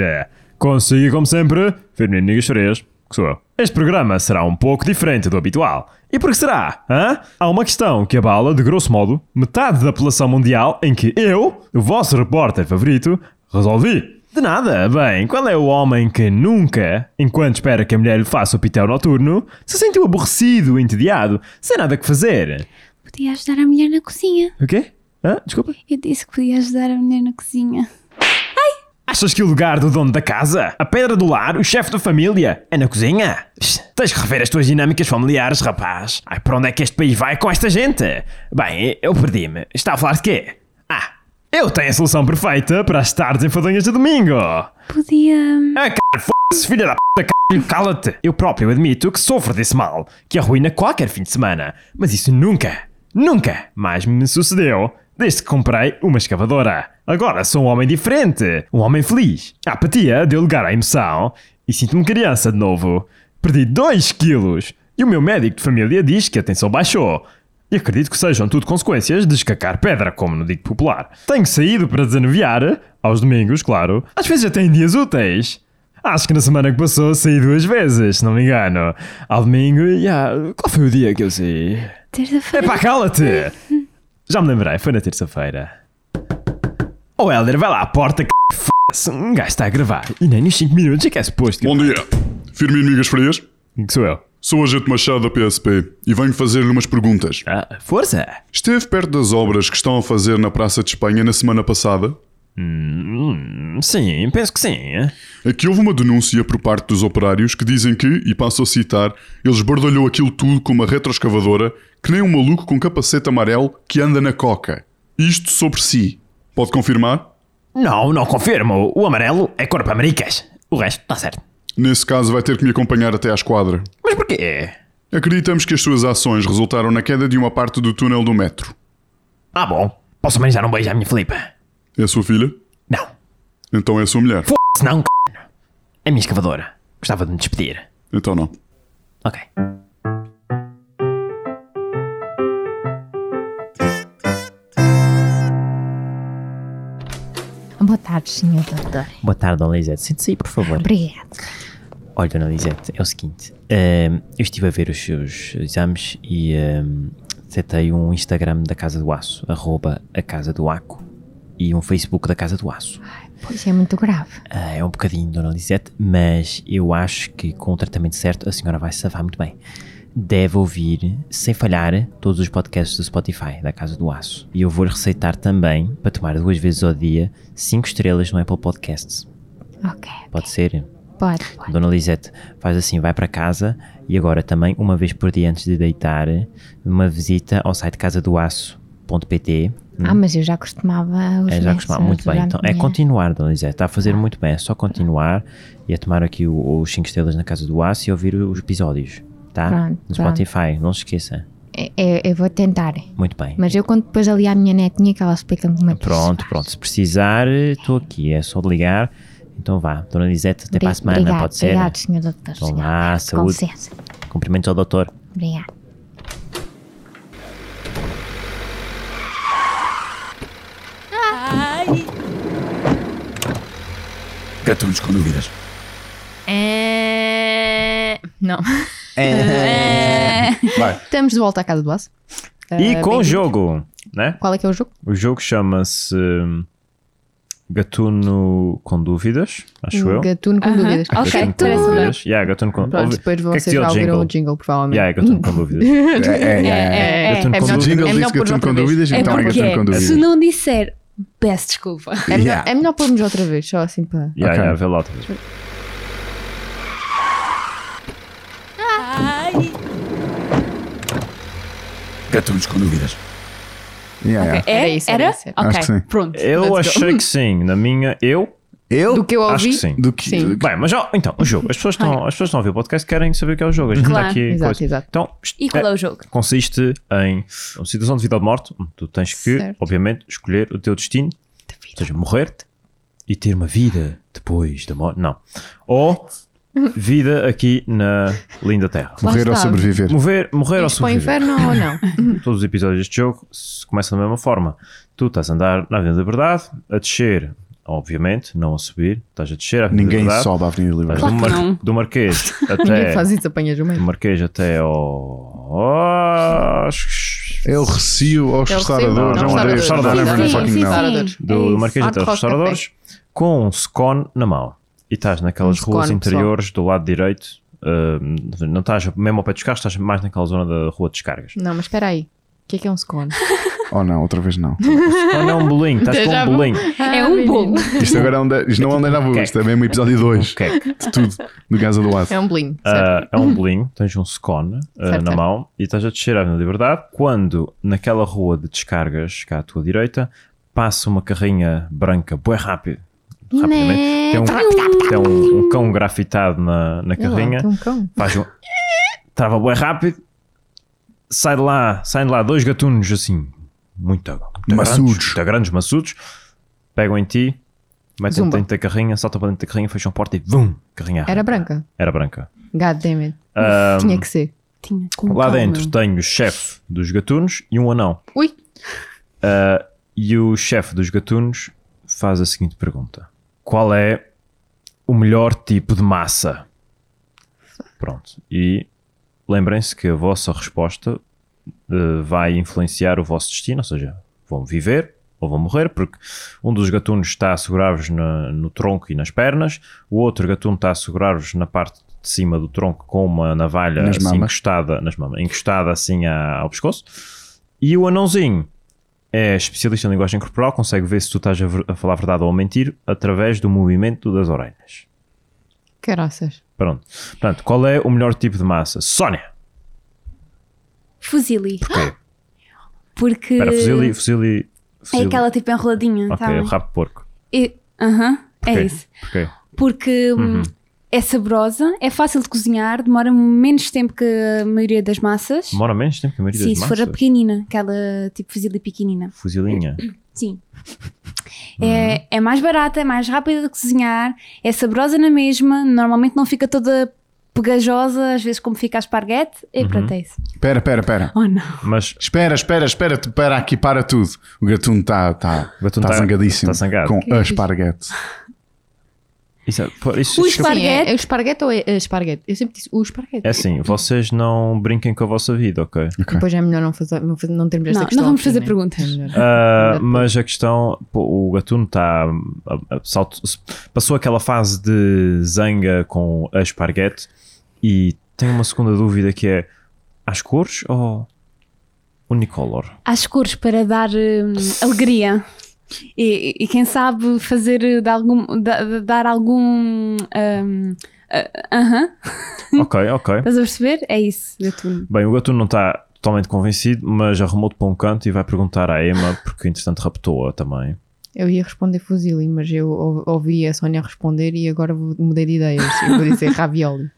Consigo, como sempre, Fernando Nigas Chorez, que sou eu. Este programa será um pouco diferente do habitual. E por que será? Hã? Há uma questão que abala, de grosso modo, metade da população mundial em que eu, o vosso repórter favorito, resolvi. De nada, bem, qual é o homem que nunca, enquanto espera que a mulher lhe faça o pitel noturno, se sentiu aborrecido, entediado, sem nada que fazer?
Podia ajudar a mulher na cozinha.
O quê? Hã? Desculpa?
Eu disse que podia ajudar a mulher na cozinha.
Achas que o lugar do dono da casa, a pedra do lar, o chefe da família, é na cozinha? Psh, tens que rever as tuas dinâmicas familiares, rapaz. Ai, para onde é que este país vai com esta gente? Bem, eu perdi-me. Está a falar de quê? Ah, eu tenho a solução perfeita para as tardes enfadonhas de domingo.
Podia. hum,
Ah, c... f***se, filha da p***, c... cala-te. Eu próprio admito que sofro desse mal, que arruína qualquer fim de semana. Mas isso nunca, nunca mais me sucedeu. Desde que comprei uma escavadora. Agora sou um homem diferente. Um homem feliz. A apatia deu lugar à emoção. E sinto-me criança de novo. Perdi 2 quilos. E o meu médico de família diz que a tensão baixou. E acredito que sejam tudo consequências de escacar pedra, como no digo popular. Tenho saído para desanuviar, aos domingos, claro. Às vezes até em dias úteis. Acho que na semana que passou saí duas vezes, se não me engano. Ao domingo, e à- qual foi o dia que eu saí?
Terça-feira.
Epá, cala-te! Já me lembrei, foi na terça-feira. Ô Helder, vai lá à porta, c... f***se. Um gajo está a gravar e nem nos 5 minutos é que é suposto que...
Bom dia, Firmino Migas Frias,
que sou eu.
sou agente Machado da PSP e venho fazer-lhe umas perguntas.
Ah, força!
Esteve perto das obras que estão a fazer na Praça de Espanha na semana passada?
Hum, Sim, penso que sim.
É que houve uma denúncia por parte dos operários que dizem que, e passo a citar, eles bardalhou aquilo tudo com uma retroescavadora que nem um maluco com capacete amarelo que anda na coca. Isto sobre si. Pode confirmar?
Não, não confirmo. O amarelo é cor para maricas. O resto está certo.
Nesse caso vai ter que me acompanhar até à esquadra.
Mas porquê?
Acreditamos que as suas ações resultaram na queda de uma parte do túnel do metro.
Ah, bom. Posso mais dar um beijo à minha Filipa?
É a sua filha?
Não.
Então é a sua mulher.
Se não, c... É a minha escavadora. Gostava de me despedir.
Então não.
Ok.
Boa tarde, senhor doutor.
Boa tarde, Dona Lisete. Sente-se aí, por favor.
Obrigada.
Olha, Dona Lisete, é o seguinte. ehm, eu estive a ver os seus exames e ehm, setei um Instagram da Casa do Aço, arroba a Casa do Aco, e um Facebook da Casa do Aço.
Pois é muito grave.
Ah, é um bocadinho, Dona Lisete, mas eu acho que com o tratamento certo a senhora vai se safar muito bem. Deve ouvir, sem falhar, todos os podcasts do Spotify, da Casa do Aço. E eu vou-lhe receitar também, para tomar duas vezes ao dia, cinco estrelas no Apple Podcasts.
Ok.
Pode ser?
Pode, pode.
Dona Lisete, faz assim, vai para casa e agora também, uma vez por dia antes de deitar, uma visita ao site casadoaço.pt
Ah, mas eu já costumava os
é, já acostumado.
lençóis
Muito bem.
durante
Então,
a
é
minha-
continuar, Dona Lisete. Está a fazer muito bem. É só continuar e a tomar aqui o- os 5 estrelas na Casa do Aço e ouvir os episódios. Tá?
Pronto,
no
pronto.
Spotify. Não se esqueça.
É- é- Eu, vou tentar.
Muito bem.
Mas eu conto depois ali à minha netinha que ela explica-me como é que isso
Pronto,
se faz.
pronto. Se precisar, estou aqui. É só de ligar.
Então vá, dona Lisete, até para a semana,
Obrigado,
pode
né?
ser?
Obrigado, senhor doutor.
Então
senhor.
vá,
Com
saúde.
licença.
Cumprimentos ao doutor.
Obrigado.
Gatunos com dúvidas.
É... Não.
É.
Vai.
Estamos de volta à casa do aço.
e com o
Eh, bem-vindo.
jogo, né?
Qual é que é o jogo?
O jogo chama-se hum, Gatuno com dúvidas, acho eu.
Hum, Gatuno com
Aham.
dúvidas.
Ok,
Gatuno com
parece-me bem.
dúvidas. Yeah, gatuno com
Pronto,
ouve-
depois
o que é que
vocês
dizia
já
o
ouviram
jingle?
o jingle, provavelmente.
Yeah, gatuno com dúvidas.
É, é.
Gatuno
É
com
melhor-
O jingle
é melhor
diz que eu
pôr
tenho
outra
com
vez.
dúvidas,
É
então é que eu tenho com
porque, se
dúvidas.
não disser, peço desculpa.
É melhor,
Yeah.
é melhor pôrmos outra vez, só assim para.
Yeah,
Ok.
yeah, vê lá outra vez.
Gatunos com dúvidas.
Yeah, yeah.
É?
Era isso, era
Era?
isso, era.
Ok,
Acho que sim.
pronto.
Eu
go.
achei que sim, na minha, eu
Do
Eu?
que eu
acho
ouvi.
que sim.
Do que.
Sim.
do que-
Bem, mas ó, então, o jogo. As pessoas estão, as pessoas estão a ouvir o podcast querem saber o que é o jogo. A gente
Claro,
está aqui.
exato,
coisa.
exato.
Então, isto
E qual é o jogo?
consiste em uma situação de vida ou de morte. Tu tens que,
Certo.
obviamente, escolher o teu destino, ou seja, morrer-te e ter uma vida depois da morte. Não. Ou vida aqui na linda terra.
Morrer
Lá
ou
está.
sobreviver.
Mover, morrer ou
Isto para o
sobreviver.
inferno ou não?
Todos os episódios deste jogo se- começam da mesma forma. Tu estás a andar na Avenida da Liberdade, a descer, obviamente, não a subir, estás a descer à Avenida da
Ninguém
Liberdade.
sobe à Avenida
Estás
Liberdade.
Claro
do,
que
Mar-
não.
do Marquês
Ninguém
até
faz isso, apanhas o
do
meio.
Marquês até ao aos-
É o recio aos
É o recio,
restauradores.
não,
Não odeio restauradores.
restauradores. Sim,
never
sim,
é fucking
sim,
know.
Restauradores.
do,
É isso.
do Marquês até
Hard Rock
aos
Café.
restauradores com um scone na mão e estás naquelas
Um
ruas
scone,
interiores do lado direito ah, não estás mesmo ao pé dos carros estás mais naquela zona da rua de descargas
Não, mas espera aí. O que é que é um scone?
Oh não, outra vez não.
ou não é um bolinho estás com
Déjà
um
vu.
bolinho
É um bolo.
Isto agora é um de- isto não é um déjà vu, isto é mesmo episódio 2
Queque.
de tudo, do Gaza do Aço.
É um bolinho. certo?
Ah, é um bolinho, tens um scone ah,
Certo,
na
certo.
mão e estás a descer a Avenida Liberdade quando naquela rua de descargas cá à tua direita passa uma carrinha branca bem rápido rapidamente tem um, tem um, um cão grafitado na,
Né?
na
Olha lá,
carrinha
tem um cão.
faz um trava bem rápido sai de lá saem de lá dois gatunos assim muito, muito
Maçudos.
grandes, muito grandes maçudos pegam em ti metem
Zumba.
dentro da carrinha saltam para dentro da carrinha fecham a porta e vum carrinha
Era
arranca.
branca.
era branca
God damn it.
Ah,
Tinha que ser.
Tinha, com
lá
calma.
dentro tem o chefe dos gatunos e um anão
Ui.
Ah, e o chefe dos gatunos faz a seguinte pergunta qual é o melhor tipo de massa Pronto. E lembrem-se que a vossa resposta eh, vai influenciar o vosso destino, ou seja, vão viver ou vão morrer, porque um dos gatunos está a segurar-vos na- no tronco e nas pernas, o outro gatuno está a segurar-vos na parte de cima do tronco com uma navalha
Nas
assim,
mamas.
encostada nas mamas, encostada assim à- ao pescoço, e o anãozinho é especialista em linguagem corporal, consegue ver se tu estás a, ver- a falar a verdade ou a mentir através do movimento das orelhas.
Caraças.
Pronto. Portanto, qual é o melhor tipo de massa? Sónia!
Fuzili.
Porquê?
Porque
Espera, fuzili,
Ah,
fuzili,
é
fuzili.
aquela tipo enroladinha,
Ok,
tá
o
bem?
rabo de porco.
E- Aham, é
Porquê?
isso.
Porquê?
Porque hum, é saborosa, é fácil de cozinhar, demora menos tempo que a maioria das massas.
Demora menos tempo que a maioria
Sim,
das
se
massas.
for a pequenina, aquela tipo fuzili pequenina.
Fuzilinha.
Sim. É, é mais barata, é mais rápida de cozinhar, é saborosa na mesma, normalmente não fica toda pegajosa, às vezes como fica a esparguete. E pronto, é isso.
Espera, espera, espera.
Oh não.
Mas
Espera, espera, espera, tu- para aqui, para tudo. O gatuno está tá,
O gatuno
tá
tá-
zangadíssimo
tá zangado.
com
é
a esparguete.
isso, é- pô, isso-
O
isso-
espa-
Sim, é,
Esparguete.
é o esparguete ou é é esparguete? Eu sempre disse o esparguete.
é assim, vocês não brinquem com a vossa vida, ok?
Depois é melhor não, fazer, não fazer- não termos esta
Não, não
questão.
vamos
aqui,
fazer
né?
perguntas.
É melhor.
Ah, mas a questão, pô, o gatuno está. a- a- salto- Passou aquela fase de zanga com a esparguete e tem uma segunda dúvida que é: às cores ou unicolor?
Às cores para dar hum, alegria. E, e quem sabe fazer de algum, da- da- dar algum. hum, ah, Aham,
Ok, ok.
estás a perceber? É isso, gatuno.
Bem, o gatuno não está totalmente convencido, mas arrumou-te para um canto e vai perguntar à Emma, porque entretanto raptou-a também.
Eu ia responder fuzili, mas eu ou- ouvi a Sónia responder e agora vou- mudei de ideias. Eu vou dizer ravioli.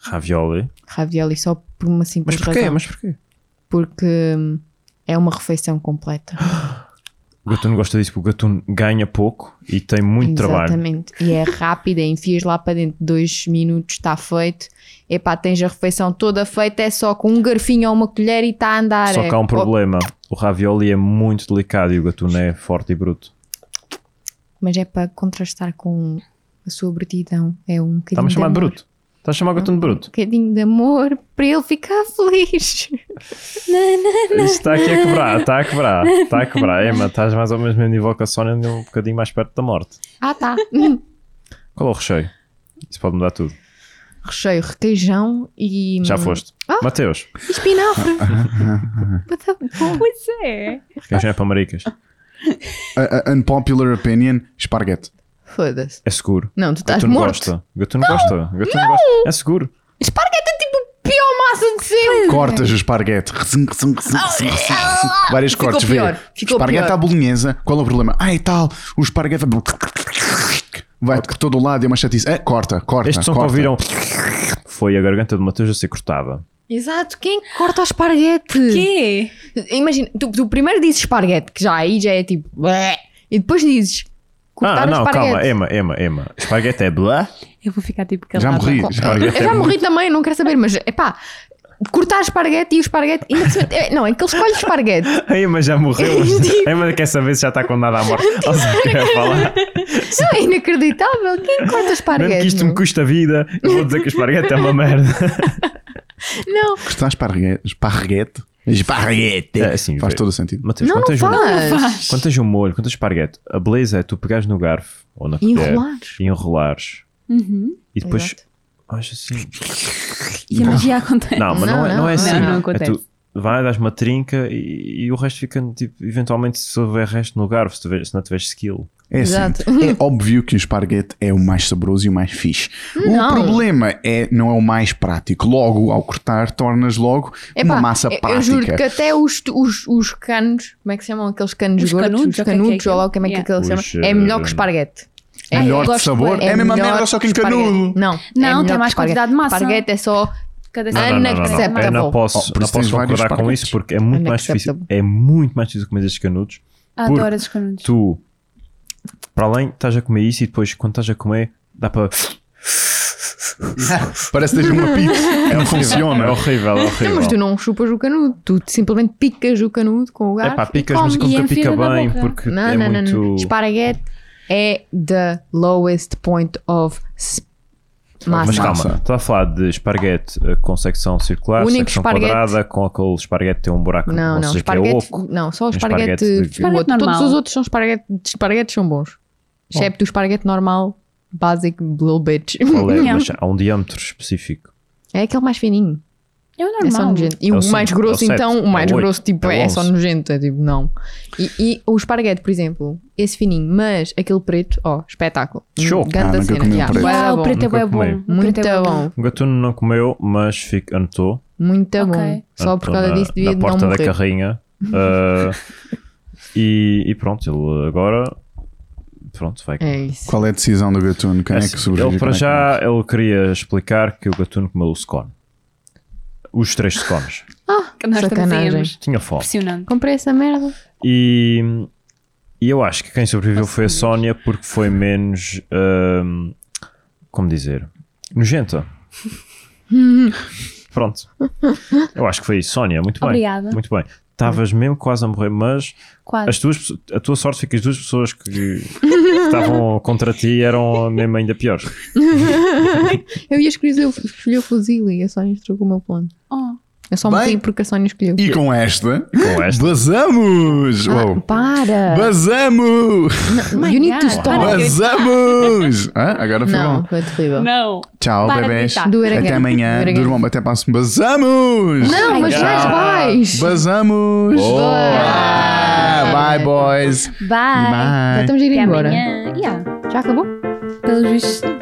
Ravioli.
Ravioli só por uma simples
Mas porquê?
razão.
Mas porquê?
Porque hum, é uma refeição completa.
O gatuno gosta disso porque o gatuno ganha pouco e tem muito trabalho.
Exatamente. E é rápida, enfias lá para dentro dois minutos, está feito. Epá, tens a refeição toda feita, é só com um garfinho ou uma colher e está a andar.
Só
é,
que há um
oh,
problema. O ravioli é muito delicado e o gatuno é forte e bruto.
mas é para contrastar com a sua brutidão. É um bocadinho.
Está-me a
de
chamar de
amor.
bruto. Está a chamar o gatuno de bruto.
Um bocadinho de amor para ele ficar feliz.
Isto está aqui a quebrar, está a quebrar, está a quebrar. Emma, estás mais ou menos no mesmo nível que a Sónia, ainda um bocadinho mais perto da morte.
Ah, tá.
Qual é o recheio? Isso pode mudar tudo.
Recheio, requeijão e.
Já foste.
Ah.
Mateus,
e Espinafre. But tá bom.
Pois é.
Ah.
requeijão é para maricas.
A- a- unpopular opinion, esparguete.
Foda-se.
É seguro.
Não, tu estás
Gatuno
morto.
gosta. Gatuno gosta. Gatuno gosta. É seguro.
Esparguete é tipo a pior massa de
é.
sempre.
Cortas o esparguete. Resum, resum, resum, resum, resum, resum. Vários
Ficou
cortes. Vê.
pior, ficou
Esparguete
pior.
à bolonhesa. Qual é o problema? Ai, tal. O esparguete. Vai por todo o lado e é uma chatice. É, corta, corta.
Este som que
corta.
ouviram foi a garganta do Mateus a ser cortada.
Exato, quem corta o esparguete?
Quê?
Imagina, tu, tu primeiro dizes esparguete, que já aí já é tipo. "Bué", E depois dizes. Cortar
Ah,
o
não,
esparguete.
calma. Emma, Emma, Emma. Espaguete é blá.
Eu vou ficar tipo
Já
tá
calada.
morri.
Eu já morri também, não quero saber, mas epá, cortar esparguete e o esparguete. ainda por cima- é, Não, é que ele escolhe esparguete.
A Emma já morreu. A Emma quer saber se já está condenada à morte. Ou se quer falar.
Isso é inacreditável. Quem corta
Mesmo que
esparguete?
isto me
meu?
custa a vida, eu vou dizer que o esparguete é uma merda.
Não,
Cortar esparguete. Esparguete. Esparguete.
É, assim,
Faz
vê.
todo o sentido.
Mateus,
não,
quando
não
tens, um,
faz.
quando tens um molho, quando tens esparguete, a beleza é tu pegares no garfo ou na
E
colher
enrolares. Uhum.
e enrolares. E depois
Exato.
vais assim.
E a magia acontece.
Não, mas não,
Não,
é,
não,
não é
não,
assim.
não
é
acontece.
tu vai, dás uma trinca e, e o resto fica tipo, eventualmente se houver resto no garfo, se, tiver- se não tiveres skill.
É assim,
Exato.
é óbvio que o esparguete é o mais saboroso e o mais fixe.
Não.
O problema é não é o mais prático. Logo, ao cortar, tornas logo
Epá,
uma massa
eu-
prática.
Eu juro que até os, os, os canos, como é que se chamam aqueles canos
Os
gordos?
canudos,
os
ou o que é que é
canudos, ou lá o que é que
aquilo?
aquilo se
Os,
chama, é
eh,
melhor que o esparguete. É,
Melhor de
eu gosto
sabor?
bem.
É a mesma
melhor
merda, só que em
esparguete.
canudo.
Não,
Não,
é melhor
tem mais
que esparguete.
quantidade de massa.
Esparguete é só.
Cada
Não,
semana.
não, É não, não, não.
Eu não
Unacceptable.
posso,
Oh, por isso
não
tens
posso
vários
concordar com
esparguetes.
isso porque é muito mais difícil.
Unacceptable.
É muito mais difícil comer estes canudos.
Ah, Adoro esses canudos.
tu, para além, estás a comer isso e depois, quando estás a comer, dá para.
Parece que tens uma pizza. Oh, Não
É
funciona.
horrível, é
Não,
horrível.
mas tu não chupas o canudo, tu simplesmente picas o canudo com o
É
garfo.
pá,
e
picas, mas
comes.
aquilo
e
nunca
enfia
pica
na
bem
boca.
porque
Não,
é
não, não,
muito.
não. Esparguete é the lowest point of s- massa.
Mas calma,
Massa.
estou a falar de esparguete eh, com secção circular,
O único
secção
esparguete-
quadrada, com aquele esparguete que tem um buraco,
Não,
ou
não,
seja, que é
esparguete.
oco.
não, só o
esparguete
esparguete.
de-
o
Esparguete
outro. todos
normal.
os outros são esparguete, esparguetes são bons. Excepto o esparguete normal, básico, little bitch.
Qual é?
Não.
Mas há um diâmetro específico.
É aquele mais fininho.
É o
É só
normal.
nojento. E
É
o,
o
mais
cinco,
grosso,
é o sete,
então,
é
o mais
o oito,
grosso, tipo,
é o
é, só
onze.
nojento. É tipo, não. E, e o esparguete, por exemplo, esse fininho, mas aquele preto, ó, espetáculo.
Show.
Hum,
Ah,
Ganda
nunca
cena.
comi um
Yeah,
preto.
bué
Ah,
da
o
bom.
preto é
Nunca
bué bom.
comei.
O
Muito
preto é
bom.
O gatuno não comeu, mas fica, anotou.
Muito
Ok.
bom. Só por
Anotou
causa
Então, na,
disso devia
na
não
porta da
morrer.
carrinha. ah, e, e pronto, ele agora. Pronto, vai.
É isso.
Qual é a decisão do gatuno? Quem é,
Assim,
que sobrevive?
ele para
Quem é que não?
já ele queria explicar que o gatuno comeu o scone. Os três scones.
Que nós
Sacanagem.
trazíamos.
Tinha fome.
Impressionante.
Comprei essa merda.
E, e eu acho que quem sobreviveu foi a Sónia porque foi menos. ahm, como dizer? Nojenta. Pronto. Eu acho que foi isso. Sónia, muito bem.
Obrigada.
Muito bem. Estavas mesmo quase a morrer, mas
Quase.
as tuas, pesso- a tua sorte foi que as duas pessoas que que estavam contra ti eram mesmo ainda piores.
Eu ia escolher, escolher o fuzil e a Sónia estragou o meu plano.
Oh.
Eu só
Bem.
morri porque a Sónia escolheu.
E com esta,
Com esta.
basamos!
Ah,
Uau.
para! Oh
Basamos!
you need to
God.
stop!
Para.
Basamos! Ah, agora foi
Não,
bom.
foi terrível.
Não.
Tchau,
Para de
bebés.
gritar.
Do it
Até
again.
amanhã.
Do it again.
Durmam até passo. Basamos!
Não, mas
Obrigado.
vais, vais!
Basamos! Ah, Bye, boys!
Bye.
Já estamos a ir
Até
embora.
amanhã. Yeah.
Já acabou? Ah, tá.
Pelos vistos,